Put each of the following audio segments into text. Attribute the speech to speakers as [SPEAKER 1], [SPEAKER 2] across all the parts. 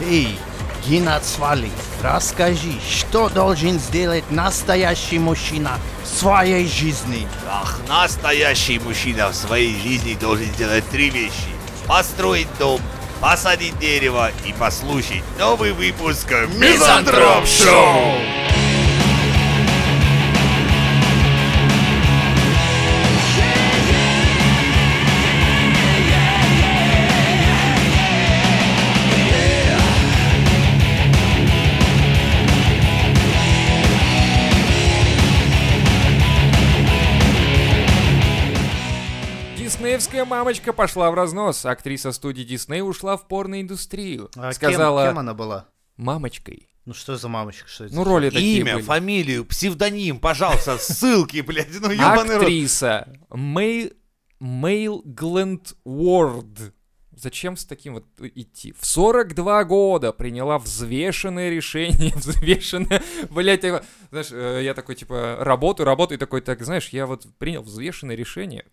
[SPEAKER 1] Эй, Геннадсвали, расскажи, что должен сделать настоящий мужчина в своей жизни?
[SPEAKER 2] Ах, настоящий мужчина в своей жизни должен сделать три вещи. Построить дом, посадить дерево и послушать новый выпуск Мизантроп Шоу!
[SPEAKER 3] Диснеевская мамочка пошла в разнос. Актриса студии Дисней ушла в порноиндустрию.
[SPEAKER 1] А кем-
[SPEAKER 3] сказала
[SPEAKER 1] Кем, она была?
[SPEAKER 3] мамочкой.
[SPEAKER 1] Ну что за мамочка, что это?
[SPEAKER 3] Ну, роли такие
[SPEAKER 2] Имя,
[SPEAKER 3] были.
[SPEAKER 2] фамилию, псевдоним, пожалуйста, ссылки, блядь, ну ёбаный рот.
[SPEAKER 3] Актриса Мэй... Мэйл Гленд Уорд. Зачем с таким вот идти? В 42 года приняла взвешенное решение, взвешенное, блять, знаешь, э, я такой, типа, работаю, работаю, и такой, так, знаешь, я вот принял взвешенное решение,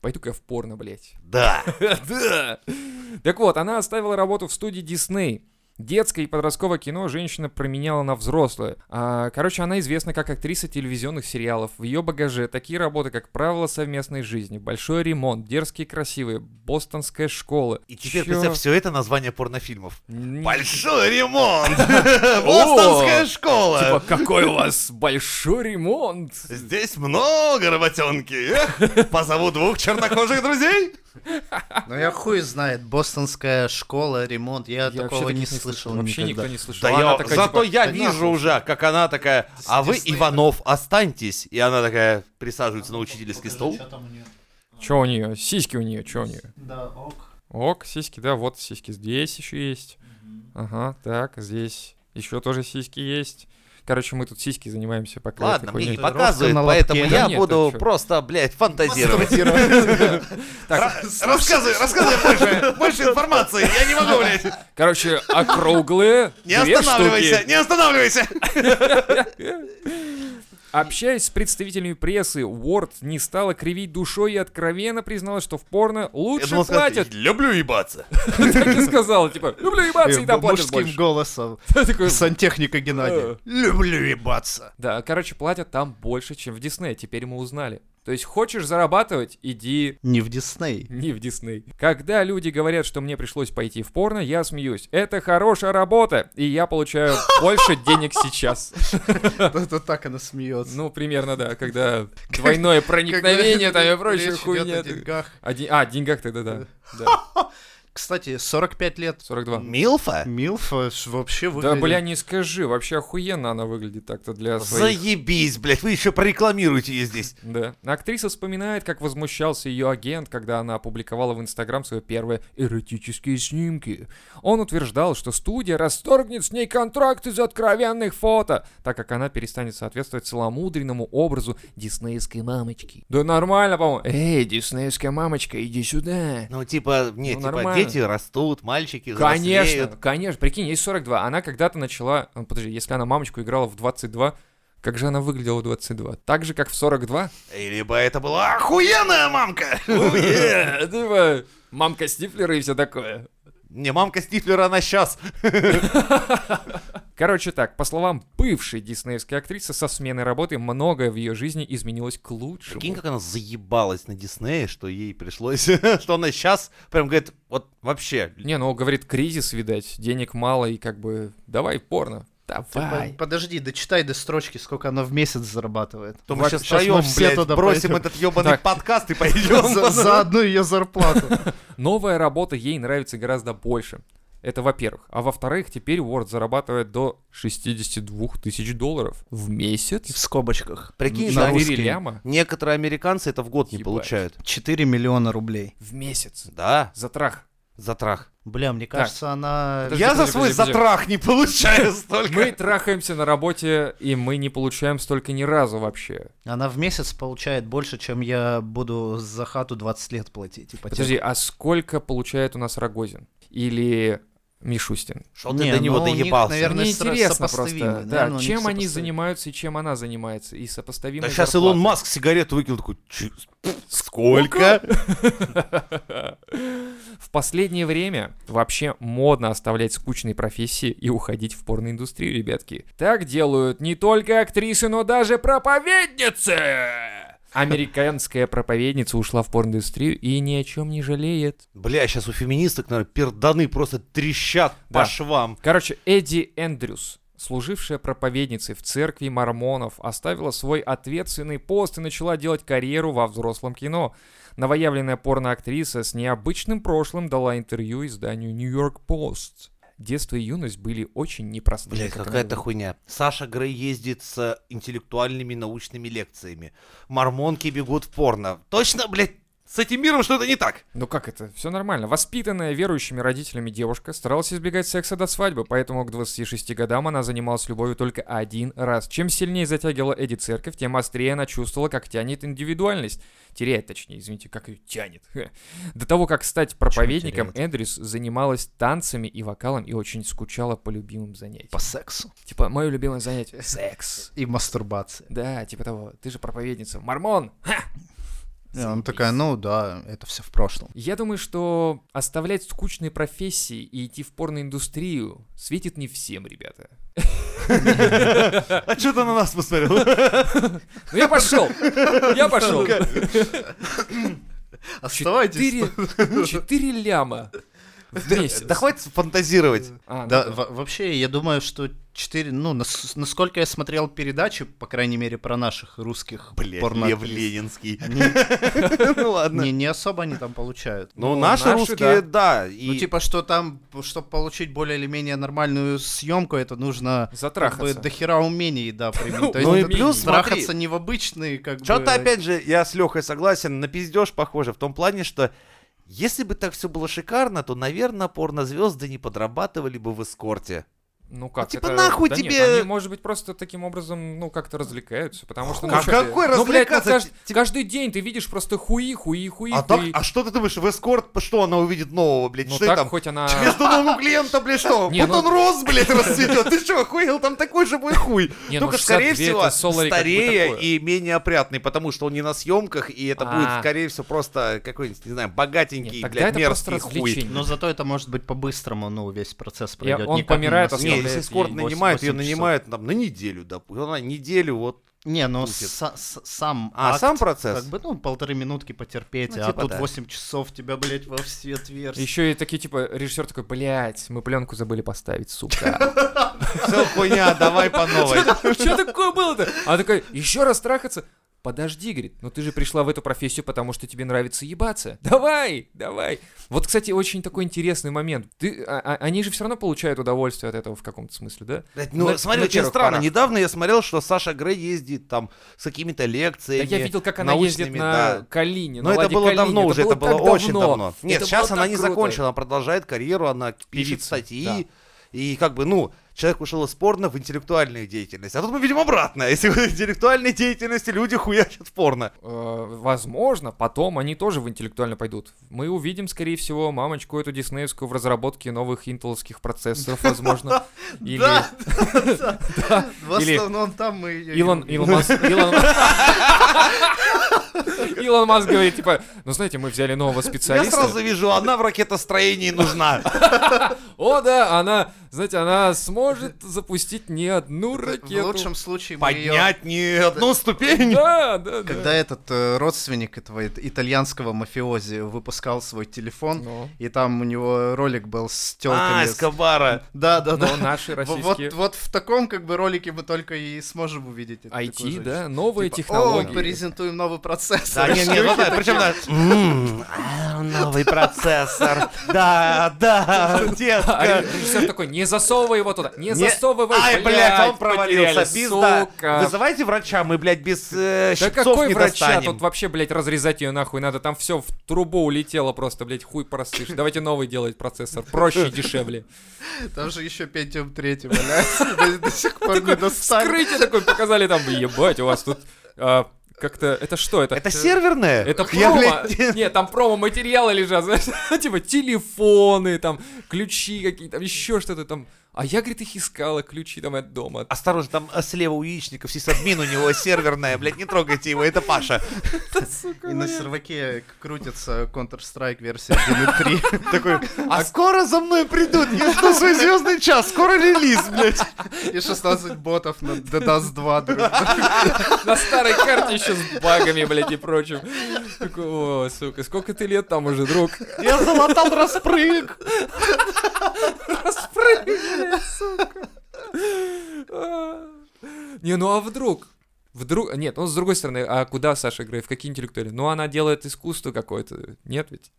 [SPEAKER 3] пойду-ка я в порно, блять.
[SPEAKER 2] Да.
[SPEAKER 3] Да. Так вот, она оставила работу в студии Дисней. Детское и подростковое кино женщина променяла на взрослое. А, короче, она известна как актриса телевизионных сериалов. В ее багаже такие работы, как «Правила совместной жизни», «Большой ремонт», «Дерзкие и красивые», «Бостонская школа».
[SPEAKER 2] И теперь
[SPEAKER 3] Чё?
[SPEAKER 2] представь, все это название порнофильмов.
[SPEAKER 3] Н-
[SPEAKER 2] Большой ремонт! Бостонская
[SPEAKER 3] Типа,
[SPEAKER 2] школа!
[SPEAKER 3] какой у вас большой ремонт?
[SPEAKER 2] Здесь много работенки. Эх, Позову двух чернокожих друзей.
[SPEAKER 1] Ну я хуй знает, бостонская школа, ремонт, я,
[SPEAKER 3] Я
[SPEAKER 1] такого
[SPEAKER 3] вообще
[SPEAKER 1] не
[SPEAKER 3] таких
[SPEAKER 1] слышал
[SPEAKER 3] Вообще
[SPEAKER 1] никогда.
[SPEAKER 3] никто не слышал.
[SPEAKER 2] Да
[SPEAKER 3] А она
[SPEAKER 2] я,
[SPEAKER 3] такая,
[SPEAKER 2] зато
[SPEAKER 3] типа,
[SPEAKER 2] я
[SPEAKER 3] «Да
[SPEAKER 2] вижу
[SPEAKER 3] нахуй».
[SPEAKER 2] уже, как она такая, а вы,
[SPEAKER 1] Дисней.
[SPEAKER 2] Иванов, останьтесь. И она такая присаживается на учительский стол.
[SPEAKER 3] Чё у нее? Сиськи у нее, чё у нее?
[SPEAKER 1] Да, ок.
[SPEAKER 3] Ок, сиськи, да, вот сиськи здесь еще есть. Ага, так, здесь еще тоже сиськи есть. Короче, мы тут сиськи занимаемся пока.
[SPEAKER 2] Ладно,
[SPEAKER 3] такой
[SPEAKER 2] мне не
[SPEAKER 3] нет.
[SPEAKER 1] Татуировка
[SPEAKER 2] показывает,
[SPEAKER 1] на лобке.
[SPEAKER 2] поэтому
[SPEAKER 3] Да
[SPEAKER 2] я
[SPEAKER 3] нет,
[SPEAKER 2] буду
[SPEAKER 3] ты чё?
[SPEAKER 2] просто, блядь, фантазировать.
[SPEAKER 3] Так,
[SPEAKER 2] Рассказывай, рассказывай больше, больше информации. Я не могу, блядь.
[SPEAKER 3] короче, округлые
[SPEAKER 2] Не
[SPEAKER 3] две
[SPEAKER 2] останавливайся,
[SPEAKER 3] штуки.
[SPEAKER 2] не останавливайся.
[SPEAKER 3] Общаясь с представителями прессы, Уорд не стала кривить душой и откровенно призналась, что в порно
[SPEAKER 2] Я
[SPEAKER 3] лучше
[SPEAKER 2] думал сказать,
[SPEAKER 3] платят.
[SPEAKER 2] Люблю ебаться.
[SPEAKER 3] Так и сказала, типа, люблю ебаться и там платят
[SPEAKER 1] Мужским
[SPEAKER 3] больше. Э.
[SPEAKER 1] голосом.
[SPEAKER 3] Я такой,
[SPEAKER 1] Сантехника
[SPEAKER 3] Геннадий.
[SPEAKER 1] Геннадий. Люблю ебаться.
[SPEAKER 3] Да, короче, платят там больше, чем в Дисней, теперь мы узнали. То есть хочешь зарабатывать, иди
[SPEAKER 1] Не в Дисней.
[SPEAKER 3] Не в Дисней. Когда люди говорят, что мне пришлось пойти в порно, я смеюсь. Это хорошая работа, и я получаю больше денег сейчас.
[SPEAKER 1] Это так она смеется.
[SPEAKER 3] Ну, примерно, да, когда двойное проникновение там и прочая
[SPEAKER 1] Речь идет
[SPEAKER 3] хуйня.
[SPEAKER 1] о деньгах.
[SPEAKER 3] Один- А, деньгах тогда, да. Да,
[SPEAKER 1] Кстати, 45 лет
[SPEAKER 3] 42.
[SPEAKER 2] Милфа?
[SPEAKER 1] Милф Типа, вообще
[SPEAKER 3] Да,
[SPEAKER 1] выглядит... типа,
[SPEAKER 3] бля, не скажи, вообще охуенно она выглядит так-то для своих.
[SPEAKER 2] Заебись, блядь, вы еще прорекламируете ее здесь.
[SPEAKER 3] Да. Актриса вспоминает, как возмущался ее агент, когда она опубликовала в Инстаграм свои первые эротические снимки. Он утверждал, что студия расторгнет с ней контракт из откровенных фото, так как она перестанет соответствовать целомудренному образу диснеевской мамочки. Да нормально, по-моему. Эй, диснеевская мамочка, иди сюда.
[SPEAKER 2] Ну, типа, не,
[SPEAKER 3] Ну,
[SPEAKER 2] типа,
[SPEAKER 3] нормально.
[SPEAKER 2] дети растут, мальчики
[SPEAKER 3] Конечно,
[SPEAKER 2] взрослеют.
[SPEAKER 3] конечно. Прикинь, ей 42. Она когда-то начала... а, Подожди, если она мамочку играла в 22, как же она выглядела в 22? Так же, как в 42?
[SPEAKER 2] И Либо это была охуенная мамка.
[SPEAKER 3] Э, типа, мамка Стифлера и все такое.
[SPEAKER 2] Не, мамка Стифлера, она сейчас.
[SPEAKER 3] Короче так, по словам бывшей диснеевской актрисы, со сменой работы многое в ее жизни изменилось к лучшему.
[SPEAKER 2] Прикинь, как она заебалась на Диснее, что ей пришлось, что она сейчас прям говорит, вот вообще.
[SPEAKER 3] Не, ну, говорит, кризис, видать, денег мало и как бы давай в порно. Типа, Давай.
[SPEAKER 1] Под- Подожди, дочитай до строчки, сколько она в месяц зарабатывает.
[SPEAKER 2] То мы
[SPEAKER 1] Щас
[SPEAKER 2] сейчас
[SPEAKER 1] мы
[SPEAKER 2] втроем,
[SPEAKER 1] все
[SPEAKER 2] блядь,
[SPEAKER 1] туда
[SPEAKER 2] бросим
[SPEAKER 1] пойдем.
[SPEAKER 2] этот ебаный
[SPEAKER 3] Так.
[SPEAKER 2] подкаст и
[SPEAKER 1] За,
[SPEAKER 2] пойдем.
[SPEAKER 1] за одну ее зарплату.
[SPEAKER 3] Новая работа ей нравится гораздо больше. Это во-первых. А во-вторых, теперь Уорд зарабатывает до 62 тысяч долларов в месяц.
[SPEAKER 1] В скобочках.
[SPEAKER 2] Прикинь,
[SPEAKER 1] На
[SPEAKER 2] да,
[SPEAKER 3] Четыре
[SPEAKER 1] русские.
[SPEAKER 3] ляма
[SPEAKER 2] Некоторые американцы это в год не
[SPEAKER 3] Ебать.
[SPEAKER 2] получают.
[SPEAKER 1] 4 миллиона рублей.
[SPEAKER 3] в месяц.
[SPEAKER 2] Да,
[SPEAKER 3] Затрах.
[SPEAKER 2] за трах.
[SPEAKER 1] Бля, мне
[SPEAKER 3] Так.
[SPEAKER 1] кажется, она...
[SPEAKER 3] Подожди,
[SPEAKER 2] Я за
[SPEAKER 3] подожди,
[SPEAKER 2] свой
[SPEAKER 3] подожди, подожди.
[SPEAKER 2] затрах не получаю столько.
[SPEAKER 3] Мы трахаемся на работе, и мы не получаем столько ни разу вообще.
[SPEAKER 1] Она в месяц получает больше, чем я буду за хату 20 лет платить. Типа, ипотеку.
[SPEAKER 3] Подожди, а сколько получает у нас Рогозин? Или Мишустин?
[SPEAKER 2] Что
[SPEAKER 1] Не,
[SPEAKER 2] ты до него
[SPEAKER 1] ну, у них,
[SPEAKER 2] доебался?
[SPEAKER 1] наверное,
[SPEAKER 3] Мне
[SPEAKER 1] сра-
[SPEAKER 3] интересно просто,
[SPEAKER 1] сопоставимы,
[SPEAKER 3] да,
[SPEAKER 1] наверное, у них
[SPEAKER 3] чем они
[SPEAKER 1] сопоставимы.
[SPEAKER 3] занимаются и чем она занимается, и сопоставимы
[SPEAKER 2] Да сейчас Илон Маск сигарету выкинул, такой, «Чё, сколько?
[SPEAKER 3] В последнее время вообще модно оставлять скучные профессии и уходить в порноиндустрию, ребятки. Так делают не только актрисы, но даже проповедницы! Американская проповедница ушла в порноиндустрию и ни о чем не жалеет.
[SPEAKER 2] Бля, сейчас у феминисток, наверное, перданы просто трещат
[SPEAKER 3] Да.
[SPEAKER 2] по швам.
[SPEAKER 3] Короче, Эдди Эндрюс, служившая проповедницей в церкви мормонов, оставила свой ответственный пост и начала делать карьеру во взрослом кино. Новоявленная порноактриса с необычным прошлым дала интервью изданию New York Post. Детство и юность были очень непростыми.
[SPEAKER 2] Блядь,
[SPEAKER 3] как она
[SPEAKER 2] какая-то
[SPEAKER 3] говорит.
[SPEAKER 2] хуйня. Саша Грей ездит с э, интеллектуальными научными лекциями. Мормонки бегут в порно. Точно, блядь, с этим миром что-то не так.
[SPEAKER 3] Ну как это? Все нормально. Воспитанная верующими родителями девушка старалась избегать секса до свадьбы, поэтому к 26 годам она занималась любовью только один раз. Чем сильнее затягивала Эдди церковь, тем острее она чувствовала, как тянет индивидуальность. Теряет, точнее, извините, как ее тянет. Хе. До того, как стать проповедником, Эндрюс занималась танцами и вокалом и очень скучала по любимым занятиям.
[SPEAKER 1] По сексу
[SPEAKER 3] Типа, мое любимое занятие — секс.
[SPEAKER 1] и мастурбации.
[SPEAKER 3] Да, типа того, ты же проповедница. Мормон!
[SPEAKER 1] И она такая, ну да, это все в прошлом.
[SPEAKER 3] Я думаю, что оставлять скучные профессии и идти в порноиндустрию светит не всем, ребята.
[SPEAKER 2] А что ты на нас посмотрел?
[SPEAKER 3] Ну я пошел! Я пошел!
[SPEAKER 1] Оставайтесь.
[SPEAKER 3] Четыре, ну, четыре ляма в месяц.
[SPEAKER 2] Да хватит фантазировать.
[SPEAKER 3] А, ну
[SPEAKER 1] Да,
[SPEAKER 3] да.
[SPEAKER 1] во- вообще, я думаю, что 4, ну, нас- насколько я смотрел передачи, по крайней мере, про наших русских
[SPEAKER 2] Блядь,
[SPEAKER 1] порно-
[SPEAKER 2] Лев Ленинский.
[SPEAKER 1] Они
[SPEAKER 2] Ну ладно.
[SPEAKER 1] не, не особо они там получают.
[SPEAKER 2] Ну,
[SPEAKER 3] Ну,
[SPEAKER 2] наши
[SPEAKER 3] наши,
[SPEAKER 2] русские, да. и-
[SPEAKER 1] Ну, типа, что там, чтобы получить более или менее нормальную съемку, это нужно как бы,
[SPEAKER 3] Затрахаться.
[SPEAKER 1] до хера умений, да, применить. То
[SPEAKER 2] Ну и
[SPEAKER 1] есть
[SPEAKER 2] плюс,
[SPEAKER 1] трахаться
[SPEAKER 2] смотри.
[SPEAKER 1] не в обычные, как бы...
[SPEAKER 2] Что-то опять же, я с Лехой согласен, на пиздеж похоже, в том плане, что если бы так все было шикарно, то, наверное, порнозвезды не подрабатывали бы в эскорте.
[SPEAKER 3] Ну как
[SPEAKER 2] типа
[SPEAKER 3] это-
[SPEAKER 2] нахуй
[SPEAKER 3] да нет,
[SPEAKER 2] тебе-
[SPEAKER 3] они, может быть, просто таким образом, ну, как-то развлекаются, потому что... ну,
[SPEAKER 2] Как-
[SPEAKER 3] чё ты-
[SPEAKER 2] А какой
[SPEAKER 3] Ну, блядь, ну,
[SPEAKER 2] развлекаться?
[SPEAKER 3] кажд-
[SPEAKER 2] Ти-
[SPEAKER 3] каждый день ты видишь просто хуи, хуи, хуи,
[SPEAKER 2] А, так,
[SPEAKER 3] хуи.
[SPEAKER 2] а что ты думаешь, в эскорт, что она увидит нового, блядь,
[SPEAKER 3] Ну
[SPEAKER 2] что
[SPEAKER 3] так
[SPEAKER 2] там?
[SPEAKER 3] хоть она...
[SPEAKER 2] Между ног у клиента, блядь, что?
[SPEAKER 3] Не,
[SPEAKER 2] Бутон
[SPEAKER 3] ну-
[SPEAKER 2] роз, блядь, расцветет. Ты что, охуел? Там такой же мой хуй.
[SPEAKER 3] Не, ну
[SPEAKER 2] Только, скорее
[SPEAKER 3] 62
[SPEAKER 2] всего,
[SPEAKER 3] это Солари как бы
[SPEAKER 2] старее
[SPEAKER 3] такое.
[SPEAKER 2] и менее опрятный, потому что он не на съемках, и это
[SPEAKER 3] А.
[SPEAKER 2] будет, скорее всего, просто какой-нибудь, не знаю, богатенький,
[SPEAKER 3] Нет, тогда
[SPEAKER 2] блядь,
[SPEAKER 3] это просто
[SPEAKER 2] мерзкий хуй.
[SPEAKER 3] развлечение.
[SPEAKER 1] Но зато это может быть по-быстрому, ну, весь процесс пройдет. никак
[SPEAKER 3] он
[SPEAKER 1] не
[SPEAKER 3] помирает,
[SPEAKER 1] на
[SPEAKER 3] а
[SPEAKER 2] Не,
[SPEAKER 1] съемке.
[SPEAKER 3] Оставляет
[SPEAKER 2] если эскорт
[SPEAKER 3] ей
[SPEAKER 2] нанимает, ее
[SPEAKER 3] 8 часов.
[SPEAKER 2] нанимают там, на неделю, допустим. Она неделю вот.
[SPEAKER 1] Не, ну
[SPEAKER 2] крутит.
[SPEAKER 1] са- с- сам
[SPEAKER 2] А,
[SPEAKER 1] акт,
[SPEAKER 2] сам процесс?
[SPEAKER 1] Как бы, ну, полторы минутки потерпеть,
[SPEAKER 2] Ну,
[SPEAKER 1] а
[SPEAKER 2] типа
[SPEAKER 1] тут
[SPEAKER 2] да.
[SPEAKER 1] 8 часов тебя, блядь, во все отверстия.
[SPEAKER 3] Еще и такие, типа, режиссер такой, блядь, мы пленку забыли поставить, сука.
[SPEAKER 2] Все, хуйня, а давай по новой.
[SPEAKER 3] Что такое было-то? А такой, еще раз трахаться? Подожди, говорит, но ты же пришла в эту профессию, потому что тебе нравится ебаться. Давай, давай. Вот, кстати, очень такой интересный момент. Ты, а- а- они же все равно получают удовольствие от этого в каком-то смысле, да?
[SPEAKER 2] Блядь, Ну,
[SPEAKER 3] На-
[SPEAKER 2] смотри,
[SPEAKER 3] на
[SPEAKER 2] очень
[SPEAKER 3] первых
[SPEAKER 2] странно.
[SPEAKER 3] порах.
[SPEAKER 2] Недавно я смотрел, что Саша Грей ездит там с какими-то
[SPEAKER 3] Да
[SPEAKER 2] лекциями.
[SPEAKER 3] я видел, как она
[SPEAKER 2] научными,
[SPEAKER 3] ездит на
[SPEAKER 2] да.
[SPEAKER 3] Калине,
[SPEAKER 2] Но
[SPEAKER 3] на
[SPEAKER 2] это
[SPEAKER 3] Ладе
[SPEAKER 2] было
[SPEAKER 3] Калине.
[SPEAKER 2] давно уже, это было
[SPEAKER 3] так
[SPEAKER 2] очень давно. Нет,
[SPEAKER 3] Это
[SPEAKER 2] сейчас
[SPEAKER 3] было
[SPEAKER 2] она
[SPEAKER 3] так
[SPEAKER 2] не
[SPEAKER 3] круто.
[SPEAKER 2] закончила, она продолжает карьеру, она пишет
[SPEAKER 3] Певица,
[SPEAKER 2] статьи.
[SPEAKER 3] да.
[SPEAKER 2] И как бы, ну, человек ушел из порно в интеллектуальную деятельность. А тут мы видим обратно. Если в интеллектуальной деятельности люди хуячат в порно.
[SPEAKER 3] Э, возможно, потом они тоже в интеллектуально пойдут. Мы увидим, скорее всего, мамочку эту диснеевскую в разработке новых интеловских процессоров, возможно. Или
[SPEAKER 1] Да, да. В
[SPEAKER 3] Или-
[SPEAKER 1] основном там мы её и
[SPEAKER 3] Илон,
[SPEAKER 1] увидим.
[SPEAKER 3] Илон Маск, Илон... Илон Маск говорит, типа, ну знаете, мы взяли нового
[SPEAKER 2] Я
[SPEAKER 3] специалиста.
[SPEAKER 2] сразу вижу, она в ракетостроении нужна.
[SPEAKER 3] О, да, она, знаете, она сможет запустить не одну
[SPEAKER 1] В
[SPEAKER 3] ракету.
[SPEAKER 1] лучшем случае мы её-
[SPEAKER 2] Поднять не одну ступень.
[SPEAKER 3] Да, да, да.
[SPEAKER 1] Когда этот э, родственник этого ит- итальянского мафиози выпускал свой телефон,
[SPEAKER 3] Ну.
[SPEAKER 1] и там у него ролик был с
[SPEAKER 2] А, Ну,
[SPEAKER 1] телками.
[SPEAKER 2] Эскобара.
[SPEAKER 1] Да, да,
[SPEAKER 3] Но
[SPEAKER 1] да.
[SPEAKER 3] наши
[SPEAKER 1] Во-
[SPEAKER 3] российские
[SPEAKER 1] Вот, вот в таком как бы ролике мы только и сможем увидеть это. такую
[SPEAKER 3] IT,
[SPEAKER 1] женщину.
[SPEAKER 3] да, новые
[SPEAKER 1] Типа, О,
[SPEAKER 3] технологии.
[SPEAKER 1] презентуем новый процесс.
[SPEAKER 2] Да, не, не, ну да, причем да. «М, а, Новый процессор. Да, да,
[SPEAKER 3] А
[SPEAKER 2] детка.
[SPEAKER 3] режиссер такой, не засовывай его туда, не,
[SPEAKER 2] Не-
[SPEAKER 3] засовывай,
[SPEAKER 2] Ай, блядь, он провалился,
[SPEAKER 3] потеряли,
[SPEAKER 2] пизда.
[SPEAKER 3] сука.
[SPEAKER 2] Вызывайте врача, мы, блядь, без э,
[SPEAKER 3] Да
[SPEAKER 2] щипцов
[SPEAKER 3] какой
[SPEAKER 2] не
[SPEAKER 3] врача
[SPEAKER 2] достанем.
[SPEAKER 3] тут вообще, блядь, разрезать ее нахуй надо? Там все в трубу улетело просто, блядь, хуй простышь. Давайте новый делать процессор, проще и дешевле.
[SPEAKER 1] Там же еще 5М3 валяется, до- до сих пор не достали.
[SPEAKER 3] Вскрытие такое показали там, ебать, у вас тут а, как-то... Это что это?
[SPEAKER 2] Это серверное?
[SPEAKER 3] Это
[SPEAKER 2] Я,
[SPEAKER 3] промо.
[SPEAKER 2] блядь, не-
[SPEAKER 3] Нет, там промо-материалы лежат, знаешь, типа телефоны, там ключи какие-то, там еще что-то там. А я, говорит, их искала, ключи там от дома.
[SPEAKER 2] Осторожно, там э, слева у яичников сисадмин, у него серверная, блядь, не трогайте его, это Паша.
[SPEAKER 3] Да, сука,
[SPEAKER 1] И на
[SPEAKER 3] блин.
[SPEAKER 1] серваке крутится Counter-Strike версия 1.3.
[SPEAKER 2] Такой, а скоро за мной придут, я жду свой звездный час, скоро релиз, блядь.
[SPEAKER 1] И 16 ботов на DDoS 2. друг.
[SPEAKER 3] На старой карте еще с багами, блядь, и прочим. Такой, о, сука, сколько ты лет там уже, друг?
[SPEAKER 2] Я залатал распрыг.
[SPEAKER 3] Распрыгивай, сука. А. Не, ну а вдруг? Вдруг... Нет, ну с другой стороны, а куда Саша Грей? В какие интеллектуальные? Ну она делает искусство какое-то. Нет ведь?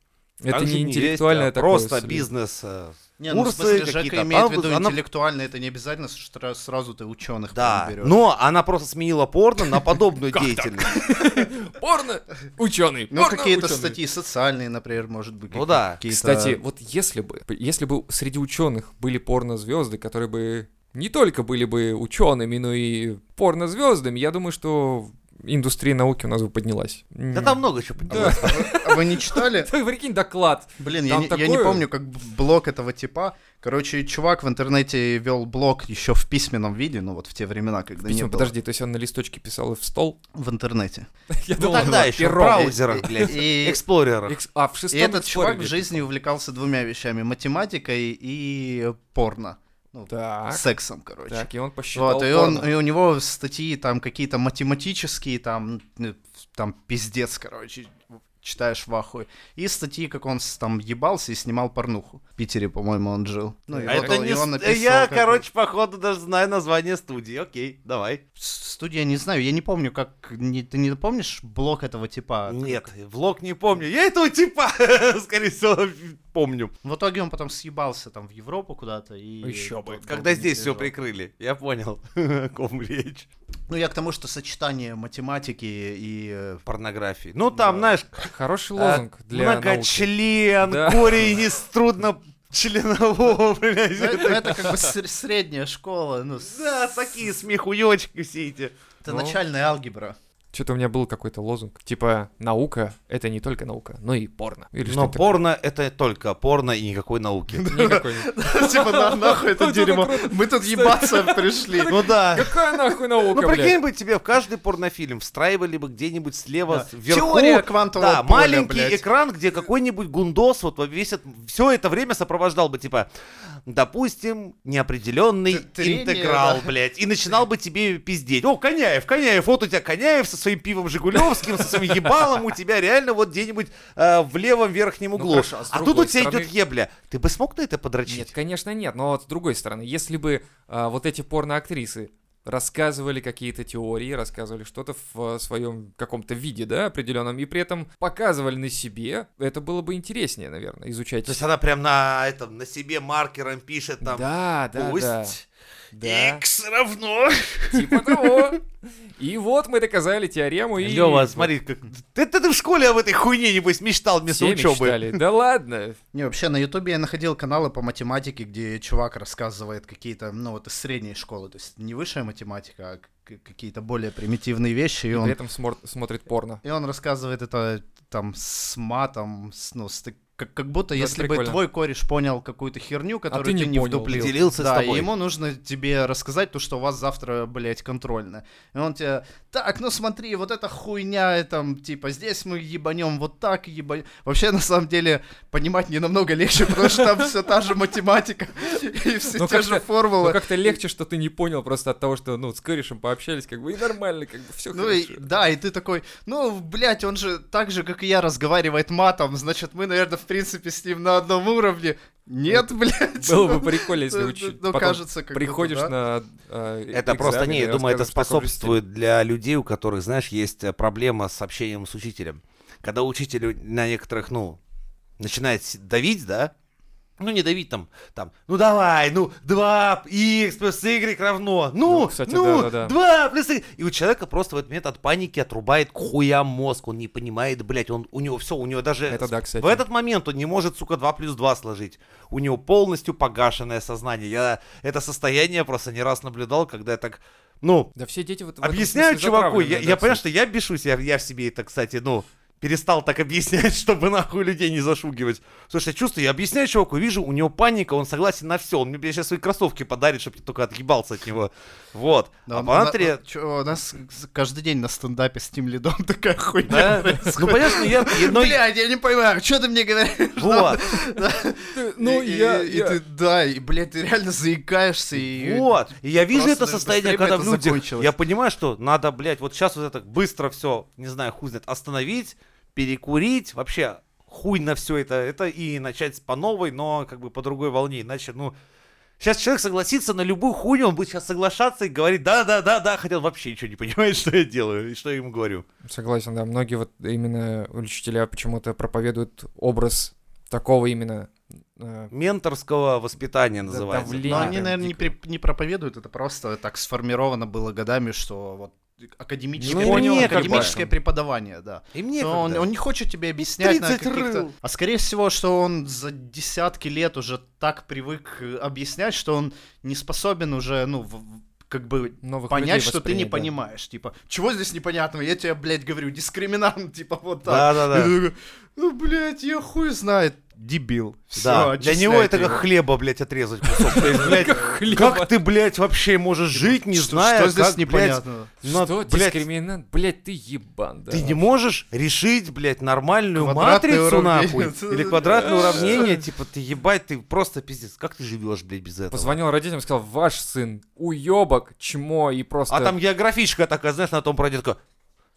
[SPEAKER 3] Это
[SPEAKER 2] Там же
[SPEAKER 3] не
[SPEAKER 2] есть,
[SPEAKER 3] интеллектуальное
[SPEAKER 2] а
[SPEAKER 3] такое.
[SPEAKER 2] Просто
[SPEAKER 3] слив.
[SPEAKER 2] бизнес. э,
[SPEAKER 1] Не, ну в
[SPEAKER 2] курсы
[SPEAKER 1] смысле,
[SPEAKER 2] какие-то,
[SPEAKER 1] Жека имеет в
[SPEAKER 2] там
[SPEAKER 1] виду
[SPEAKER 2] она-
[SPEAKER 1] интеллектуально, это не обязательно, что раз- сразу ты ученых
[SPEAKER 2] Да, Ну,
[SPEAKER 1] берешь.
[SPEAKER 2] но она просто сменила порно на подобную деятельность.
[SPEAKER 3] Порно! Ученый!
[SPEAKER 1] Ну, какие-то статьи социальные, например, может быть.
[SPEAKER 2] Ну
[SPEAKER 1] какие-
[SPEAKER 2] да.
[SPEAKER 1] какие-то-
[SPEAKER 3] Кстати, вот если бы, если бы среди ученых были порнозвезды, которые бы не только были бы учеными, но и порнозвездами, я думаю, что индустрия науки у нас бы поднялась.
[SPEAKER 2] Да там много чего поднялось.
[SPEAKER 1] А вы- а вы не читали?
[SPEAKER 3] Ты прикинь, доклад.
[SPEAKER 1] Блин, я
[SPEAKER 3] Там
[SPEAKER 1] не, я не
[SPEAKER 3] такое.
[SPEAKER 1] помню, как б- блог этого типа. Короче, чувак в интернете вел блог еще в письменном виде, ну вот в те времена, когда не
[SPEAKER 3] Письма,
[SPEAKER 1] было.
[SPEAKER 3] подожди, то есть он на листочке писал и в стол?
[SPEAKER 1] В интернете.
[SPEAKER 3] Я
[SPEAKER 2] Ну
[SPEAKER 3] думал,
[SPEAKER 2] тогда
[SPEAKER 3] на
[SPEAKER 2] еще в
[SPEAKER 3] перо.
[SPEAKER 2] браузерах, блядь,
[SPEAKER 1] И,
[SPEAKER 2] эксплорерах.
[SPEAKER 3] Экс- А, в
[SPEAKER 1] и
[SPEAKER 3] шестом
[SPEAKER 1] этот
[SPEAKER 3] Explorer
[SPEAKER 1] чувак в
[SPEAKER 3] где-то.
[SPEAKER 1] жизни увлекался двумя вещами. Математикой и порно. Ну,
[SPEAKER 3] Так,
[SPEAKER 1] сексом, короче.
[SPEAKER 3] так, и он посчитал
[SPEAKER 1] Вот, и, он,
[SPEAKER 3] порно.
[SPEAKER 1] и у него статьи там какие-то математические, там, э, там пиздец, короче, читаешь в ахуе. И статьи, как он с- там ебался и снимал порнуху. В Питере, по-моему, он жил. Ну, и
[SPEAKER 2] А
[SPEAKER 1] вот
[SPEAKER 2] это
[SPEAKER 1] он- и
[SPEAKER 2] не
[SPEAKER 1] он
[SPEAKER 2] с-
[SPEAKER 1] написал,
[SPEAKER 2] Я,
[SPEAKER 1] как-
[SPEAKER 2] короче, походу даже знаю название студии. Окей, давай.
[SPEAKER 1] с- Студия, не знаю, я не помню, как... не- ты не помнишь блок этого типа?
[SPEAKER 2] Нет, влог не помню. Я этого типа, скорее всего, помню.
[SPEAKER 1] В итоге он потом съебался там в Европу куда-то и...
[SPEAKER 3] Еще бы.
[SPEAKER 1] долго
[SPEAKER 2] Когда
[SPEAKER 1] не
[SPEAKER 2] здесь все
[SPEAKER 1] приезжал.
[SPEAKER 2] прикрыли. Я понял, о ком речь.
[SPEAKER 1] Ну, я к тому, что сочетание математики и... э,
[SPEAKER 2] Порнографии. Ну там, знаешь,
[SPEAKER 3] Хороший лозунг
[SPEAKER 2] а,
[SPEAKER 3] для науки.
[SPEAKER 2] многочлен,
[SPEAKER 3] Да.
[SPEAKER 2] корень трудно членового,
[SPEAKER 1] Ну,
[SPEAKER 2] блядь.
[SPEAKER 1] это, это как бы ср- средняя школа, ну, с-
[SPEAKER 2] Да, такие смехуёчки все эти.
[SPEAKER 1] это
[SPEAKER 3] Ну.
[SPEAKER 1] начальная алгебра.
[SPEAKER 3] Что-то у меня был какой-то лозунг, типа «наука — это не только наука, но и порно». Или
[SPEAKER 2] Но
[SPEAKER 3] что-то
[SPEAKER 2] порно это только порно и никакой науки.
[SPEAKER 3] такое. Никакой не-
[SPEAKER 1] Типа, на- нахуй это
[SPEAKER 3] Вот это
[SPEAKER 1] дерьмо. Мы тут ебаться пришли.
[SPEAKER 2] Ну да.
[SPEAKER 3] Какая нахуй наука,
[SPEAKER 2] Ну
[SPEAKER 3] блядь?
[SPEAKER 2] прикинь бы тебе в каждый порнофильм встраивали бы где-нибудь слева
[SPEAKER 1] Да.
[SPEAKER 2] вверху.
[SPEAKER 1] Теория квантового
[SPEAKER 2] Да,
[SPEAKER 1] поля,
[SPEAKER 2] маленький
[SPEAKER 1] блядь.
[SPEAKER 2] экран, где какой-нибудь гундос вот весь все это время сопровождал бы типа, допустим, неопределенный
[SPEAKER 1] Т- трение,
[SPEAKER 2] интеграл,
[SPEAKER 1] да.
[SPEAKER 2] блядь, и начинал бы тебе пиздеть. О, Коняев, Коняев, вот у тебя Коняев со своим пивом Жигулевским, со своим ебалом, у тебя реально вот где-нибудь э, в левом верхнем углу.
[SPEAKER 3] хорошо, а с
[SPEAKER 2] а тут у
[SPEAKER 3] другой
[SPEAKER 2] тебя идет
[SPEAKER 3] стороны-
[SPEAKER 2] ебля. Ты бы смог на это подрочить?
[SPEAKER 3] Нет, конечно, нет. Но вот с другой стороны, если бы а, вот эти порноактрисы рассказывали какие-то теории, рассказывали что-то в своем каком-то виде, да, определенном, и при этом показывали на себе, это было бы интереснее, наверное, изучать.
[SPEAKER 2] То есть она прям на этом на себе маркером пишет там.
[SPEAKER 3] да, да, да.
[SPEAKER 2] Пусть
[SPEAKER 3] Да,
[SPEAKER 2] X равно.
[SPEAKER 3] типа того. И вот мы доказали теорему и...
[SPEAKER 2] Лёва, смотри, как... Ты, ты- ты в школе об этой хуйне, небось, мечтал вместо
[SPEAKER 3] Все
[SPEAKER 2] учебы.
[SPEAKER 3] мечтали. Да ладно.
[SPEAKER 1] Не, вообще на Ютубе я находил каналы по математике, где чувак рассказывает какие-то, ну вот из средней школы, то есть не высшая математика, а к- какие-то более примитивные вещи, и
[SPEAKER 3] И
[SPEAKER 1] он,
[SPEAKER 3] при этом смор- смотрит порно.
[SPEAKER 1] и он рассказывает это там с матом, с, ну, с так- как, как будто
[SPEAKER 3] это
[SPEAKER 1] если бы
[SPEAKER 3] прикольно. А
[SPEAKER 1] твой кореш понял какую-то херню, которую
[SPEAKER 3] ты
[SPEAKER 1] ты,
[SPEAKER 3] не
[SPEAKER 1] не,
[SPEAKER 3] понял.
[SPEAKER 1] вдуплил.
[SPEAKER 2] Делился с
[SPEAKER 1] да,
[SPEAKER 2] тобой.
[SPEAKER 1] и ему нужно тебе рассказать то, что у вас завтра, блядь, контрольно. И он тебе, так, ну смотри, вот эта хуйня, и там, типа, здесь мы ебанем вот так, ебанем. Вообще, на самом деле, понимать не намного легче, потому что там все та же математика и все
[SPEAKER 3] Ну,
[SPEAKER 1] те
[SPEAKER 3] как-то-
[SPEAKER 1] же
[SPEAKER 3] Ну
[SPEAKER 1] формулы.
[SPEAKER 3] как-то легче, что ты не понял просто от того, что, ну, с корешем пообщались, как бы, и нормально, как бы, все
[SPEAKER 1] Ну и, да, и ты такой, ну, блядь, он же так же, как и я, разговаривает матом, значит, мы, наверное, в принципе, с ним на одном уровне. Нет, блядь.
[SPEAKER 3] Было бы прикольно, если
[SPEAKER 1] Ну,
[SPEAKER 3] уч-
[SPEAKER 1] ну,
[SPEAKER 3] потом
[SPEAKER 1] кажется, как
[SPEAKER 3] приходишь
[SPEAKER 1] будто,
[SPEAKER 3] на э,
[SPEAKER 2] Это просто
[SPEAKER 3] экзамен
[SPEAKER 2] не,
[SPEAKER 3] и
[SPEAKER 2] я думаю, это
[SPEAKER 3] рассказываешь в таком же стиле.
[SPEAKER 2] способствует для людей, у которых, знаешь, есть э, проблема с общением с учителем. Когда учитель на некоторых, ну, начинает с- давить, да, ну, не давить там, там, ну давай, ну, 2 x плюс y равно, ну,
[SPEAKER 3] Ну, кстати,
[SPEAKER 2] ну,
[SPEAKER 3] да-да-да.
[SPEAKER 2] 2 плюс y. И у человека просто в этот момент от паники отрубает к хуям мозг, он не понимает, блядь, он, у него все, у него даже
[SPEAKER 3] Это да, кстати.
[SPEAKER 2] в этот момент он не может, сука, 2 плюс 2 сложить. У него полностью погашенное сознание. Я это состояние просто не раз наблюдал, когда я так, ну,
[SPEAKER 3] Да все дети вот в этом
[SPEAKER 2] объясняю
[SPEAKER 3] смысле
[SPEAKER 2] чуваку, я,
[SPEAKER 3] затравленные,
[SPEAKER 2] я
[SPEAKER 3] да,
[SPEAKER 2] понимаю,
[SPEAKER 3] кстати.
[SPEAKER 2] что я бешусь, я, я в себе это, кстати, ну, перестал так объяснять, чтобы нахуй людей не зашугивать. Слушай, я чувствую, я объясняю чуваку, вижу, у него паника, он согласен на все. Он мне сейчас свои кроссовки подарит, чтобы я только отъебался от него. Вот.
[SPEAKER 1] Да,
[SPEAKER 2] а
[SPEAKER 1] на-
[SPEAKER 2] Панатри...
[SPEAKER 1] на- чё, у нас с- каждый день на стендапе с тем лидом такая хуйня.
[SPEAKER 2] Да? Ну, понятно, ну, я... я- ну,
[SPEAKER 1] Блядь, я не понимаю, что ты мне говоришь?
[SPEAKER 2] Вот.
[SPEAKER 3] Ну,
[SPEAKER 1] И- и-
[SPEAKER 3] я...
[SPEAKER 1] и
[SPEAKER 3] я-
[SPEAKER 1] ты, да, и, блядь, ты реально заикаешься и... Ну,
[SPEAKER 2] Вот. И я вижу
[SPEAKER 1] Просто
[SPEAKER 2] это состояние,
[SPEAKER 1] быстрее бы
[SPEAKER 2] когда
[SPEAKER 1] это
[SPEAKER 2] в людях.
[SPEAKER 1] закончилось.
[SPEAKER 2] Я понимаю, что надо, блядь, вот сейчас вот это быстро все, не знаю, хуй знает, остановить, перекурить, вообще хуй на все это, это и начать с по новой, но как бы по другой волне, иначе, ну, Сейчас человек согласится на любую хуйню, он будет сейчас соглашаться и говорить «да-да-да-да», хотя он вообще ничего не понимает, что я делаю и что я ему говорю.
[SPEAKER 3] Согласен, да, многие вот именно учителя почему-то проповедуют образ такого именно... э,
[SPEAKER 2] Менторского воспитания называется. Ну,
[SPEAKER 3] давление.
[SPEAKER 1] Но они,
[SPEAKER 3] прям
[SPEAKER 1] наверное, не,
[SPEAKER 3] дикого.
[SPEAKER 1] при- не проповедуют, это просто так сформировано было годами, что вот академическое,
[SPEAKER 2] Ну,
[SPEAKER 1] понял,
[SPEAKER 2] некогда.
[SPEAKER 1] академическое преподавание, да.
[SPEAKER 2] И
[SPEAKER 1] Но
[SPEAKER 2] мне
[SPEAKER 1] он, он не хочет тебе объяснять на
[SPEAKER 2] 30
[SPEAKER 1] каких-то...
[SPEAKER 2] рыл.
[SPEAKER 1] А скорее всего, что он за десятки лет уже так привык э, объяснять, что он не способен уже, ну, в- в- как бы
[SPEAKER 3] Новых
[SPEAKER 1] понять,
[SPEAKER 3] людей
[SPEAKER 1] что ты не
[SPEAKER 3] воспринять, да.
[SPEAKER 1] понимаешь. Типа, чего здесь непонятного? Я тебе, блядь, говорю, дискриминант, типа, вот так.
[SPEAKER 2] Да-да-да.
[SPEAKER 1] И ты такой, Ну, блядь, я хуй знает. Дебил. Всё,
[SPEAKER 2] Да, для него
[SPEAKER 1] отчисляйте
[SPEAKER 2] это как
[SPEAKER 1] его.
[SPEAKER 2] хлеба, блядь, отрезать кусок. То есть, блядь, Как ты, блядь, вообще можешь жить, не
[SPEAKER 1] Типа, Что-
[SPEAKER 2] зная,
[SPEAKER 1] Что здесь
[SPEAKER 2] как, блядь,
[SPEAKER 1] непонятно?
[SPEAKER 2] ну,
[SPEAKER 3] Что,
[SPEAKER 2] блядь,
[SPEAKER 3] дискриминант? Блядь, ты ебан, да.
[SPEAKER 2] Ты не можешь решить, блядь, нормальную
[SPEAKER 1] Квадратное
[SPEAKER 2] матрицу, нахуй.
[SPEAKER 1] уравнение.
[SPEAKER 2] Или квадратное уравнение, типа, ты ебать, ты просто пиздец. Как ты живешь, блядь, без этого?
[SPEAKER 3] Позвонил родителям, сказал, ваш сын уебок, чмо и просто...
[SPEAKER 2] А там географичка такая, знаешь, на том пройдет такая,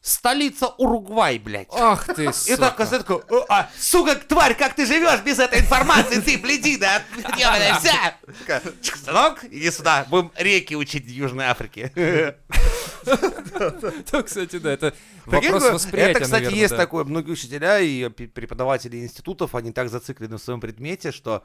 [SPEAKER 2] столица Уругвай, блядь.
[SPEAKER 3] Ах ты,
[SPEAKER 2] И так
[SPEAKER 3] сука.
[SPEAKER 2] кассетка, «О, а, сука, тварь, как ты живешь без этой информации, ты блядина, ебаная вся. Такая, «Чик, Сынок, иди сюда, будем реки учить в Южной Африке.
[SPEAKER 3] Да, кстати, да, это
[SPEAKER 2] Прикинь,
[SPEAKER 3] вопрос
[SPEAKER 2] ну,
[SPEAKER 3] восприятия,
[SPEAKER 2] Это, кстати,
[SPEAKER 3] наверное,
[SPEAKER 2] есть
[SPEAKER 3] да.
[SPEAKER 2] такое. Многие учителя и пе- преподаватели институтов, они так зациклены в своем предмете, что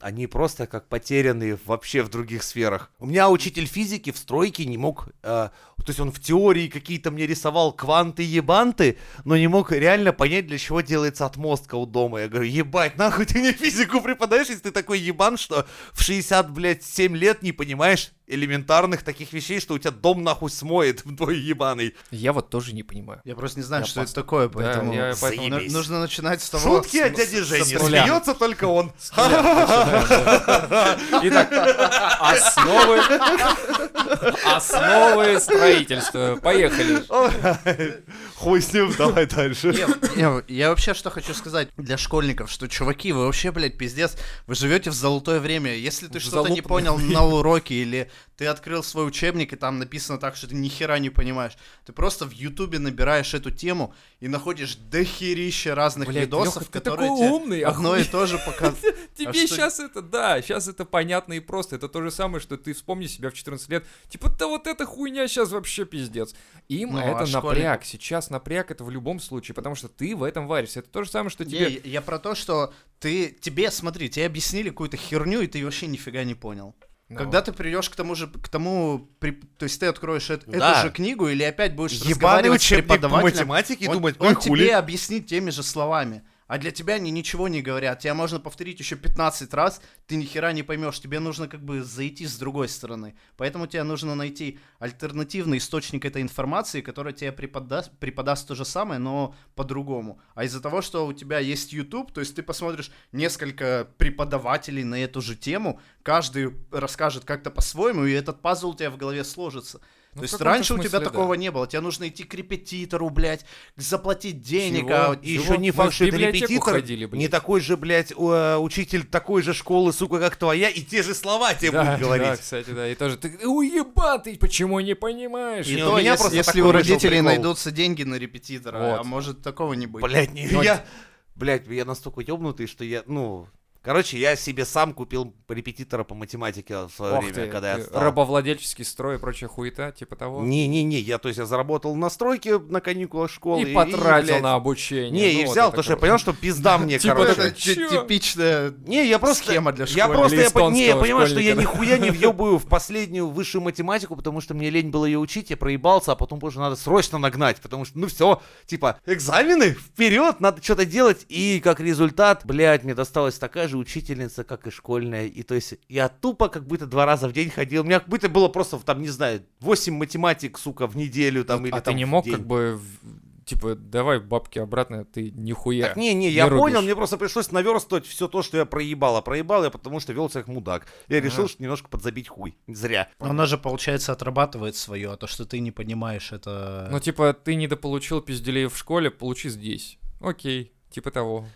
[SPEAKER 2] они просто как потерянные вообще в других сферах. У меня учитель физики в стройке не мог... э, то есть он в теории какие-то мне рисовал кванты-ебанты, но не мог реально понять, для чего делается отмостка у дома. Я говорю, ебать, нахуй ты мне физику преподаешь, если ты такой ебан, что в 60, блядь, 7 лет не понимаешь элементарных таких вещей, что у тебя дом нахуй смоет вдвое ебаный.
[SPEAKER 3] Я вот тоже не понимаю.
[SPEAKER 1] Я просто не знаю,
[SPEAKER 3] Я
[SPEAKER 1] что это такое, поэтому...
[SPEAKER 3] я поэтому-
[SPEAKER 1] Ну, Нужно начинать с того...
[SPEAKER 2] Шутки от дяди Жени.
[SPEAKER 3] с нуля.
[SPEAKER 2] Смеется только он.
[SPEAKER 3] Итак, основы... Основы строительства. Поехали.
[SPEAKER 2] Хуй с ним, давай дальше.
[SPEAKER 1] Я, я вообще что хочу сказать для школьников, что, чуваки, вы вообще, блядь, пиздец, вы живете в золотое время. Если ты
[SPEAKER 3] В
[SPEAKER 1] что-то не
[SPEAKER 3] залупное
[SPEAKER 1] понял на уроке, или ты открыл свой учебник, и там написано так, что ты нихера не понимаешь, ты просто в Ютубе набираешь эту тему и находишь дохерища разных
[SPEAKER 3] Блядь,
[SPEAKER 1] видосов,
[SPEAKER 3] Лёха, ты
[SPEAKER 1] которые
[SPEAKER 3] такой
[SPEAKER 1] тебе
[SPEAKER 3] умный,
[SPEAKER 1] одно и то же показывают.
[SPEAKER 3] Тебе
[SPEAKER 1] что-
[SPEAKER 3] сейчас это, да, сейчас это понятно и просто. Это то же самое, что ты вспомни себя в 14 лет. Типа, да вот эта хуйня сейчас вообще пиздец. Им
[SPEAKER 1] Ну, а
[SPEAKER 3] это
[SPEAKER 1] школьник-
[SPEAKER 3] напряг. Сейчас напряг это в любом случае, потому что ты в этом варишься. Это то же самое, что тебе...
[SPEAKER 1] Не, я про то, что ты тебе, смотри, тебе объяснили какую-то херню, и ты вообще нифига не понял.
[SPEAKER 3] Ну,
[SPEAKER 1] Когда ты придешь к тому же, к тому, при- то есть ты откроешь эт- эту
[SPEAKER 2] Да.
[SPEAKER 1] же книгу или опять будешь
[SPEAKER 2] Ебаный
[SPEAKER 1] разговаривать с
[SPEAKER 2] учебник по
[SPEAKER 1] преподавателем,
[SPEAKER 2] математике и
[SPEAKER 1] он,
[SPEAKER 2] думать, ой,
[SPEAKER 1] он
[SPEAKER 2] хули.
[SPEAKER 1] тебе объяснит теми же словами. А для тебя они ничего не говорят. Тебя можно повторить еще 15 раз, ты ни хера не поймешь. Тебе нужно как бы зайти с другой стороны. Поэтому тебе нужно найти альтернативный источник этой информации, который тебе преподаст, преподаст то же самое, но по-другому. А из-за того, что у тебя есть YouTube, то есть ты посмотришь несколько преподавателей на эту же тему, каждый расскажет как-то по-своему, и этот пазл у тебя в голове сложится.
[SPEAKER 3] Ну, в
[SPEAKER 1] то есть
[SPEAKER 3] каком-то
[SPEAKER 1] раньше у тебя
[SPEAKER 3] смысле, да.
[SPEAKER 1] такого не было. Тебе нужно идти к репетитору, блядь, заплатить денег,
[SPEAKER 3] Чего?
[SPEAKER 1] а
[SPEAKER 2] И
[SPEAKER 3] Чего?
[SPEAKER 2] еще не
[SPEAKER 3] Мы
[SPEAKER 2] факт,
[SPEAKER 3] в
[SPEAKER 2] что это
[SPEAKER 3] библиотеку
[SPEAKER 2] репетитор,
[SPEAKER 3] ходили, блядь.
[SPEAKER 2] не такой же, блядь, у- э, учитель такой же школы, сука, как твоя, и те же слова тебе
[SPEAKER 3] Да,
[SPEAKER 2] будет
[SPEAKER 3] да,
[SPEAKER 2] говорить.
[SPEAKER 3] кстати, да. И тоже ты уебан, ты почему не понимаешь?
[SPEAKER 1] И
[SPEAKER 2] Не,
[SPEAKER 3] Ну,
[SPEAKER 2] у
[SPEAKER 1] то,
[SPEAKER 2] меня
[SPEAKER 1] если,
[SPEAKER 2] просто
[SPEAKER 1] если
[SPEAKER 2] такой
[SPEAKER 1] у
[SPEAKER 2] вышел
[SPEAKER 1] родителей
[SPEAKER 2] прикол.
[SPEAKER 1] найдутся деньги на репетитора, а
[SPEAKER 3] Вот.
[SPEAKER 1] может такого не быть.
[SPEAKER 2] Блядь, не,
[SPEAKER 3] Но-
[SPEAKER 2] я... Блядь, я настолько ёбнутый, что я, ну... Короче, я себе сам купил репетитора по математике в свое
[SPEAKER 3] ох
[SPEAKER 2] время,
[SPEAKER 3] ты,
[SPEAKER 2] когда я
[SPEAKER 3] ты,
[SPEAKER 2] отстал.
[SPEAKER 3] рабовладельческий строй и прочая хуета, типа того.
[SPEAKER 2] Не-не-не, я, то есть, я заработал на стройке на каникулах школы.
[SPEAKER 3] и потратил
[SPEAKER 2] блядь,
[SPEAKER 3] на обучение.
[SPEAKER 2] Не,
[SPEAKER 3] ну,
[SPEAKER 2] и
[SPEAKER 3] вот
[SPEAKER 2] взял,
[SPEAKER 3] это
[SPEAKER 2] потому что я
[SPEAKER 3] круто.
[SPEAKER 2] понял, что пизда мне,
[SPEAKER 3] Типа
[SPEAKER 1] Вот
[SPEAKER 2] короче.
[SPEAKER 1] это ти-
[SPEAKER 3] Чё?
[SPEAKER 1] типичная
[SPEAKER 2] Не, я просто...
[SPEAKER 1] Схема для
[SPEAKER 2] Я
[SPEAKER 1] школьника.
[SPEAKER 2] просто...
[SPEAKER 3] Для
[SPEAKER 2] я по- не, я
[SPEAKER 3] эстонского
[SPEAKER 2] понимаю, что я
[SPEAKER 3] школьника,
[SPEAKER 2] нихуя не въебаю в последнюю высшую математику, потому что мне лень было ее учить, я проебался, а потом позже надо срочно нагнать, потому что, ну все, типа, экзамены, вперед, надо что-то делать. И как результат, блядь, мне досталась такая же учительница, как и школьная. И то есть я тупо как будто два раза в день ходил. У меня как будто было просто, там, не знаю, 8 математик, сука, в неделю там или
[SPEAKER 3] а ты
[SPEAKER 2] там
[SPEAKER 3] не
[SPEAKER 2] в
[SPEAKER 3] мог
[SPEAKER 2] день.
[SPEAKER 3] как бы в- типа, давай бабки обратно, ты нихуя.
[SPEAKER 2] Так, не, не, я понял,
[SPEAKER 3] рубишь.
[SPEAKER 2] мне просто пришлось наверстывать все то, что я проебал. А проебал я, потому что вел себя как мудак. Я решил, что немножко подзабить хуй. Зря.
[SPEAKER 1] Она же, получается, отрабатывает свое, а то, что ты не понимаешь, это...
[SPEAKER 3] Ну, типа, ты недополучил пизделей в школе, получи здесь. Окей, типа того.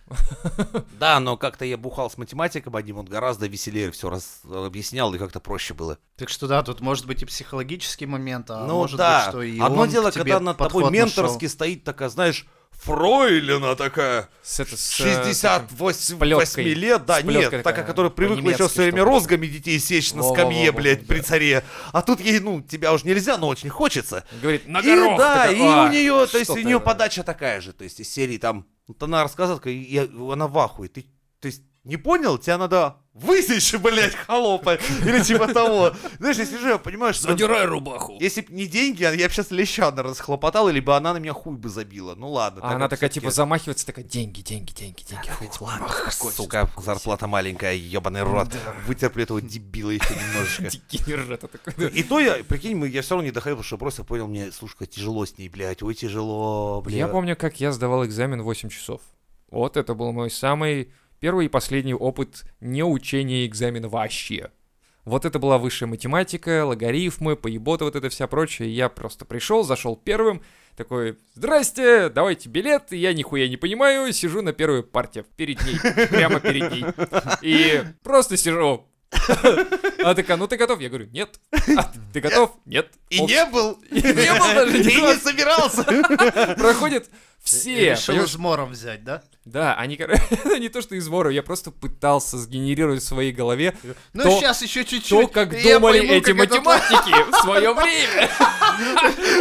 [SPEAKER 2] Да, но как-то я бухал с математиком одним, он гораздо веселее все раз э, объяснял и как-то проще было.
[SPEAKER 1] Так что да, тут может быть и психологический момент, а
[SPEAKER 2] ну
[SPEAKER 1] может
[SPEAKER 2] да,
[SPEAKER 1] быть, что и
[SPEAKER 2] одно
[SPEAKER 1] он
[SPEAKER 2] дело,
[SPEAKER 1] к тебе
[SPEAKER 2] когда над тобой
[SPEAKER 1] подход нашел.
[SPEAKER 2] менторски стоит такая, знаешь, Фройлина такая,
[SPEAKER 3] С это, с, э,
[SPEAKER 2] 68
[SPEAKER 3] с плеткой.
[SPEAKER 2] восьми лет, да,
[SPEAKER 3] С плеткой
[SPEAKER 2] нет, такая,
[SPEAKER 3] такая,
[SPEAKER 2] которая привыкла еще
[SPEAKER 3] по-немецки,
[SPEAKER 2] своими
[SPEAKER 3] чтобы.
[SPEAKER 2] розгами детей сечь на
[SPEAKER 3] Во-во-во-во,
[SPEAKER 2] скамье, блядь, при
[SPEAKER 3] да.
[SPEAKER 2] царе. А тут ей, ну, тебя уже нельзя, но очень хочется.
[SPEAKER 3] Говорит, на
[SPEAKER 2] И
[SPEAKER 3] горох!
[SPEAKER 2] да,
[SPEAKER 3] Такой,
[SPEAKER 2] и
[SPEAKER 3] «А,
[SPEAKER 2] у нее, то
[SPEAKER 3] что
[SPEAKER 2] есть у
[SPEAKER 3] ты?»
[SPEAKER 2] нее подача такая же, то есть из серии там, ну, вот она рассказывает, как я- она в ахуе, ты, то есть не понял, тебя надо высечь, блядь, холопа, или типа того. Знаешь, я сижу, я понимаю, что...
[SPEAKER 3] Задирай рубаху.
[SPEAKER 2] Если бы не деньги, я бы сейчас леща расхлопотал, либо она на меня хуй бы забила. Ну ладно.
[SPEAKER 3] А она
[SPEAKER 2] вот
[SPEAKER 3] такая,
[SPEAKER 2] всё-таки.
[SPEAKER 3] типа, замахивается, такая, деньги, деньги, деньги, деньги. Фух, ладно, успокойся,
[SPEAKER 2] Сука, зарплата маленькая, ебаный рот. Вытерплю этого дебила еще немножечко.
[SPEAKER 3] Дегенерат такой.
[SPEAKER 2] И то я, прикинь, мы- я все равно не доходил, потому что просто понял, мне, слушай, как тяжело с ней, блядь, ой, тяжело, блядь.
[SPEAKER 3] Я помню, как я сдавал экзамен 8 часов. Вот это был мой самый первый и последний опыт не учения экзамена вообще. Вот это была высшая математика, логарифмы, поебота, вот это вся прочее. Я просто пришел, зашел первым, такой, здрасте, давайте билет, и я нихуя не понимаю, сижу на первой парте, перед ней, прямо перед ней. И просто сижу. Она такая, ну ты готов? Я говорю, нет. «А, ты готов? Нет.
[SPEAKER 4] И
[SPEAKER 3] Ок.
[SPEAKER 4] не был.
[SPEAKER 3] И не был даже,
[SPEAKER 4] И не
[SPEAKER 3] не
[SPEAKER 4] собирался.
[SPEAKER 3] Проходят
[SPEAKER 1] И
[SPEAKER 3] все.
[SPEAKER 1] решил
[SPEAKER 3] понимаешь?
[SPEAKER 1] измором взять, да?
[SPEAKER 3] Да, они, кор- это не то, что из вора, я просто пытался сгенерировать в своей голове
[SPEAKER 1] Ну
[SPEAKER 3] То-
[SPEAKER 1] сейчас еще чуть-чуть.
[SPEAKER 3] то, как
[SPEAKER 1] и я
[SPEAKER 3] думали
[SPEAKER 1] пойму,
[SPEAKER 3] эти
[SPEAKER 1] как это
[SPEAKER 3] математики в свое время.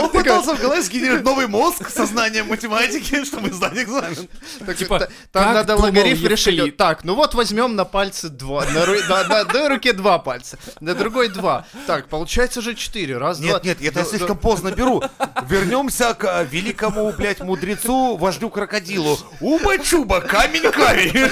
[SPEAKER 4] Он пытался в голове сгенерировать новый мозг сознанием математики, чтобы сдать экзамен.
[SPEAKER 1] Так,
[SPEAKER 3] Типа,
[SPEAKER 1] та- там
[SPEAKER 3] как
[SPEAKER 1] надо
[SPEAKER 3] думал
[SPEAKER 1] логарифм решить.
[SPEAKER 3] Евклид?
[SPEAKER 1] Так, ну вот возьмем на пальцы два. На, ру- на- на одной руке два пальца, на другой два. Так, получается же четыре. Раз, два.
[SPEAKER 2] Нет, нет, это я
[SPEAKER 1] Ну,
[SPEAKER 2] слишком поздно беру. Вернемся к э, великому, блядь, мудрецу, вождю крокодилу.
[SPEAKER 4] Уба-чуба, камень камень.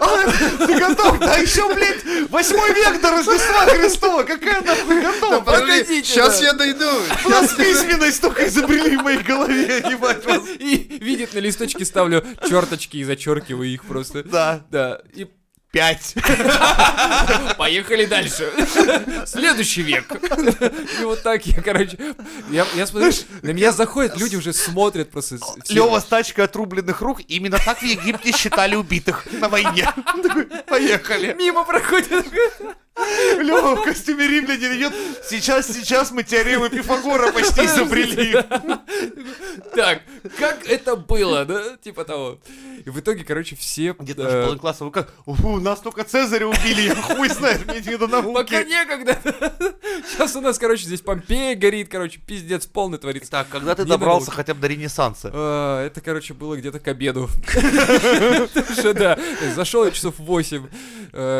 [SPEAKER 2] А, Ты готов? Да еще, блядь, восьмой век до Рождества Христова. Какая нахуй
[SPEAKER 1] ну,
[SPEAKER 2] готова?
[SPEAKER 1] Подожди, сейчас я дойду.
[SPEAKER 2] У нас письменность только изобрели в моей голове, ебать вас.
[SPEAKER 3] И видит на листочке ставлю черточки и зачеркиваю их просто.
[SPEAKER 2] Да.
[SPEAKER 3] Да. И
[SPEAKER 2] Пять.
[SPEAKER 3] поехали дальше. Следующий век. И вот так я, короче, я, я смотрю, на меня заходят, люди уже смотрят просто. с- все.
[SPEAKER 2] Лева с тачкой отрубленных рук. Именно так в Египте считали убитых на войне. Такой, Поехали.
[SPEAKER 3] Мимо проходит.
[SPEAKER 2] Лева в костюме римлянин идет. Сейчас, сейчас мы теоремы Пифагора почти изобрели.
[SPEAKER 3] Так, как это было, да? Типа того. И в итоге, короче, все...
[SPEAKER 2] Где-то
[SPEAKER 3] э,
[SPEAKER 2] наш полнокласс, вы как? «Уфу, нас только Цезаря убили, я хуй знает, мне не до
[SPEAKER 3] Пока
[SPEAKER 2] науки.
[SPEAKER 3] некогда. Сейчас у нас, короче, здесь Помпея горит, короче, пиздец полный творится.
[SPEAKER 2] Так, когда ты
[SPEAKER 3] Не до
[SPEAKER 2] добрался
[SPEAKER 3] науки.
[SPEAKER 2] хотя бы до Ренессанса?
[SPEAKER 3] А, Это, короче, было где-то к обеду. Потому что, да, зашел я часов 8.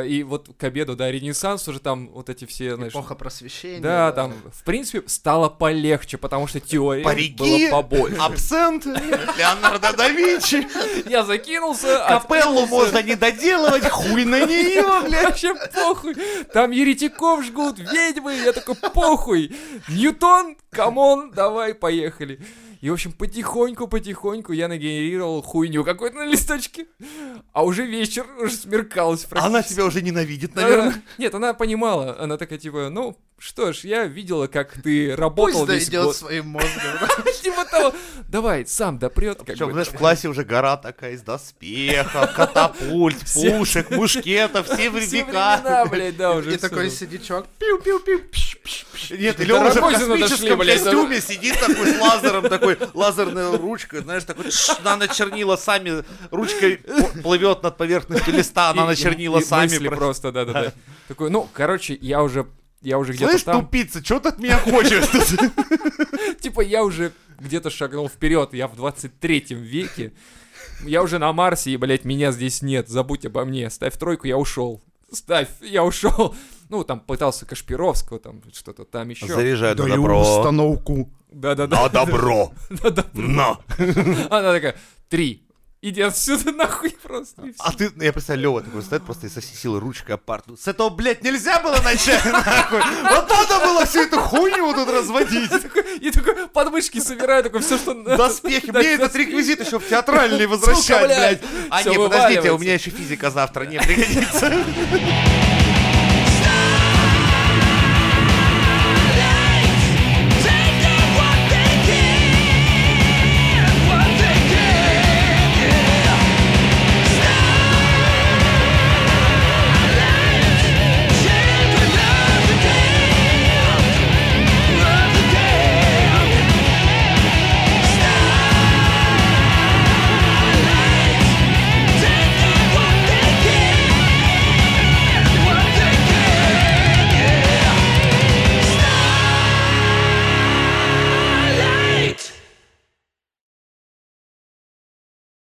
[SPEAKER 3] И вот к обеду, да, Ренессанс уже там вот эти все, знаешь...
[SPEAKER 1] Эпоха просвещения.
[SPEAKER 3] Да, там, в принципе, стало полегче, потому что теории
[SPEAKER 2] Парики,
[SPEAKER 3] было побольше.
[SPEAKER 2] абсент, Леонардо да Винчи.
[SPEAKER 3] Я закинулся, а
[SPEAKER 2] Капеллу можно не доделывать, хуй на нее, блядь.
[SPEAKER 3] Вообще похуй. Там еретиков жгут, ведьмы. Я такой, похуй. Ньютон, камон, давай, поехали. И, в общем, потихоньку-потихоньку я нагенерировал хуйню какой-то на листочке. А уже вечер, уже смеркалось
[SPEAKER 2] Она
[SPEAKER 3] практически.
[SPEAKER 2] тебя уже ненавидит, наверное.
[SPEAKER 3] Она- Нет, она понимала. Она такая, типа, ну, что ж, я видела, как ты работал
[SPEAKER 1] Пусть
[SPEAKER 3] весь
[SPEAKER 1] дойдет
[SPEAKER 3] год.
[SPEAKER 1] своим мозгом.
[SPEAKER 3] Типа того, давай, сам допрет. как
[SPEAKER 2] Причем,
[SPEAKER 3] бы.
[SPEAKER 2] знаешь, в классе уже гора такая из доспехов, катапульт,
[SPEAKER 3] Все-
[SPEAKER 2] пушек, мушкетов, все
[SPEAKER 3] Все
[SPEAKER 2] времена.
[SPEAKER 3] времена, блядь, да, уже
[SPEAKER 1] И
[SPEAKER 3] всё.
[SPEAKER 1] такой сидячок.
[SPEAKER 2] Нет,
[SPEAKER 3] До
[SPEAKER 2] или он уже в
[SPEAKER 3] Рогозина дошли,
[SPEAKER 2] космическом
[SPEAKER 3] блядь, да.
[SPEAKER 2] костюме сидит такой с лазером, такой лазерная ручка, знаешь, такой тш, наночернила сами, ручкой пл- плывет над поверхностью листа,
[SPEAKER 3] И-
[SPEAKER 2] наночернила
[SPEAKER 3] и- и
[SPEAKER 2] сами.
[SPEAKER 3] мысли
[SPEAKER 2] про-
[SPEAKER 3] просто, да-да-да. Такой, ну, короче, я уже я уже
[SPEAKER 2] Слышь,
[SPEAKER 3] где-то там.
[SPEAKER 2] тупица, что ты от меня хочешь?
[SPEAKER 3] Типа я уже где-то шагнул вперед, я в 23 веке. Я уже на Марсе, и, блядь, меня здесь нет. Забудь обо мне. Ставь тройку, я ушел. Ставь, я ушел. Ну, там пытался Кашпировского, там что-то там еще.
[SPEAKER 2] Заряжаю на
[SPEAKER 1] установку.
[SPEAKER 3] Да-да-да.
[SPEAKER 4] На добро.
[SPEAKER 3] Да-да.
[SPEAKER 2] Ну.
[SPEAKER 4] На.
[SPEAKER 3] Она такая, три. Иди отсюда нахуй просто. и всё.
[SPEAKER 2] А ты, ну, я представляю, Лева такой стоит просто и со всей силы ручкой об парту. С этого, блядь, нельзя было начать, нахуй. Вот надо было всю эту хуйню вот тут разводить.
[SPEAKER 3] И такой подмышки собираю, такой все, что надо.
[SPEAKER 2] Доспехи, мне этот реквизит еще в театральный
[SPEAKER 3] Сука,
[SPEAKER 2] возвращать,
[SPEAKER 3] блядь.
[SPEAKER 2] блядь. А
[SPEAKER 3] Всё
[SPEAKER 2] не, подождите, у
[SPEAKER 3] вываливается.
[SPEAKER 2] меня еще физика завтра не пригодится.